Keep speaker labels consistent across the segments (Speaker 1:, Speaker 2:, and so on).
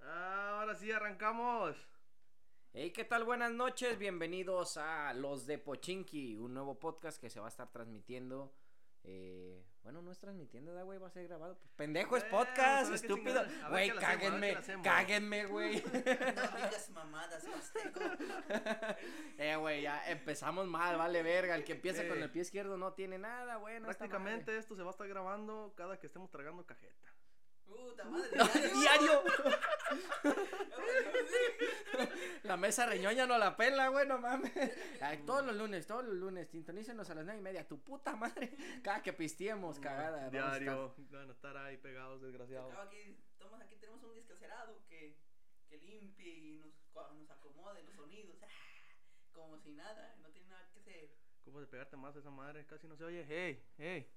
Speaker 1: Ah, ahora sí arrancamos.
Speaker 2: Hey, ¿qué tal? Buenas noches, bienvenidos a Los de Pochinki, un nuevo podcast que se va a estar transmitiendo. eh, bueno, no es transmitiendo, da, güey, va a ser grabado. Pues, pendejo, es
Speaker 1: Eh,
Speaker 2: podcast,
Speaker 1: a ver qué
Speaker 2: estúpido.
Speaker 1: chingados, a ver
Speaker 2: Güey,
Speaker 1: qué le hacemos, a ver qué
Speaker 2: cáguenme,
Speaker 1: le hacemos.
Speaker 2: cáguenme, güey.
Speaker 3: No digas mamadas, Azteco.
Speaker 2: eh, güey, ya empezamos mal, vale verga. El que empieza
Speaker 1: Eh.
Speaker 2: con el pie izquierdo no tiene nada, güey. no está
Speaker 1: Prácticamente esto se va a estar grabando cada que estemos tragando cajeta.
Speaker 3: Puta madre.
Speaker 2: madre. Diario.
Speaker 3: diario.
Speaker 2: La mesa reñoña no la pela, güey, no mames. Ay,
Speaker 1: Mm.
Speaker 2: todos los lunes, todos los lunes, sintonícenos a las nueve y media, tu puta madre. Cada que pistiemos, cagada. vamos a estar-
Speaker 1: Mm, Diario. Van a estar ahí pegados, desgraciados.
Speaker 3: No, aquí, tomas, aquí tenemos un descacerado que, que limpie y nos, cua- nos acomode los sonidos. Ah, como si nada, no tiene nada que hacer.
Speaker 1: ¿Cómo de pegarte más a esa madre? Casi no se oye. Hey, hey.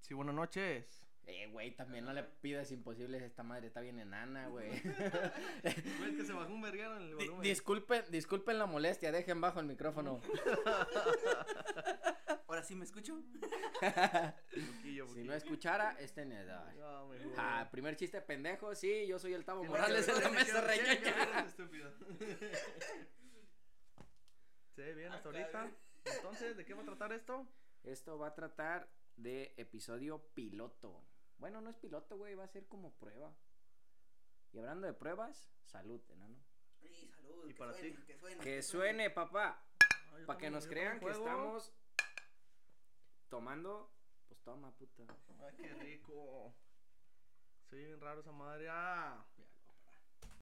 Speaker 1: Sí, buenas noches.
Speaker 2: Eh, güey, también no le pidas imposibles a esta madre, está bien enana, güey.
Speaker 1: ¿Ves que se bajó un verguero en el
Speaker 2: Di-
Speaker 1: volumen?
Speaker 2: disculpen, disculpen la molestia, dejen bajo el micrófono.
Speaker 3: Ahora sí me escucho.
Speaker 1: Poquillo,
Speaker 2: Si
Speaker 1: poquillo.
Speaker 2: no escuchara, este ni edad.
Speaker 1: No, mejor.
Speaker 2: Ah, pues, primer chiste pendejo, sí, yo soy el Tavo
Speaker 1: ¿Qué
Speaker 2: Morales
Speaker 1: le-
Speaker 2: en la
Speaker 1: qué-
Speaker 2: mesa
Speaker 1: qué- qué- qué-
Speaker 2: reñoña.
Speaker 1: eres estúpido? Sí, bien, hasta
Speaker 3: Ah,
Speaker 1: ahorita.
Speaker 3: cabrón.
Speaker 1: Entonces, ¿de qué va a tratar esto?
Speaker 2: Esto va a tratar de episodio piloto. Bueno, no es piloto, güey, va a ser como prueba. Y hablando de pruebas, salud, enano.
Speaker 3: Y salud.
Speaker 1: Y
Speaker 3: que
Speaker 1: para ti.
Speaker 3: suene, Que suene.
Speaker 2: Que suene, papá, para que nos crean que estamos tomando. Pues toma, puta.
Speaker 1: Ay, qué rico. Soy bien raro esa madre. Ah.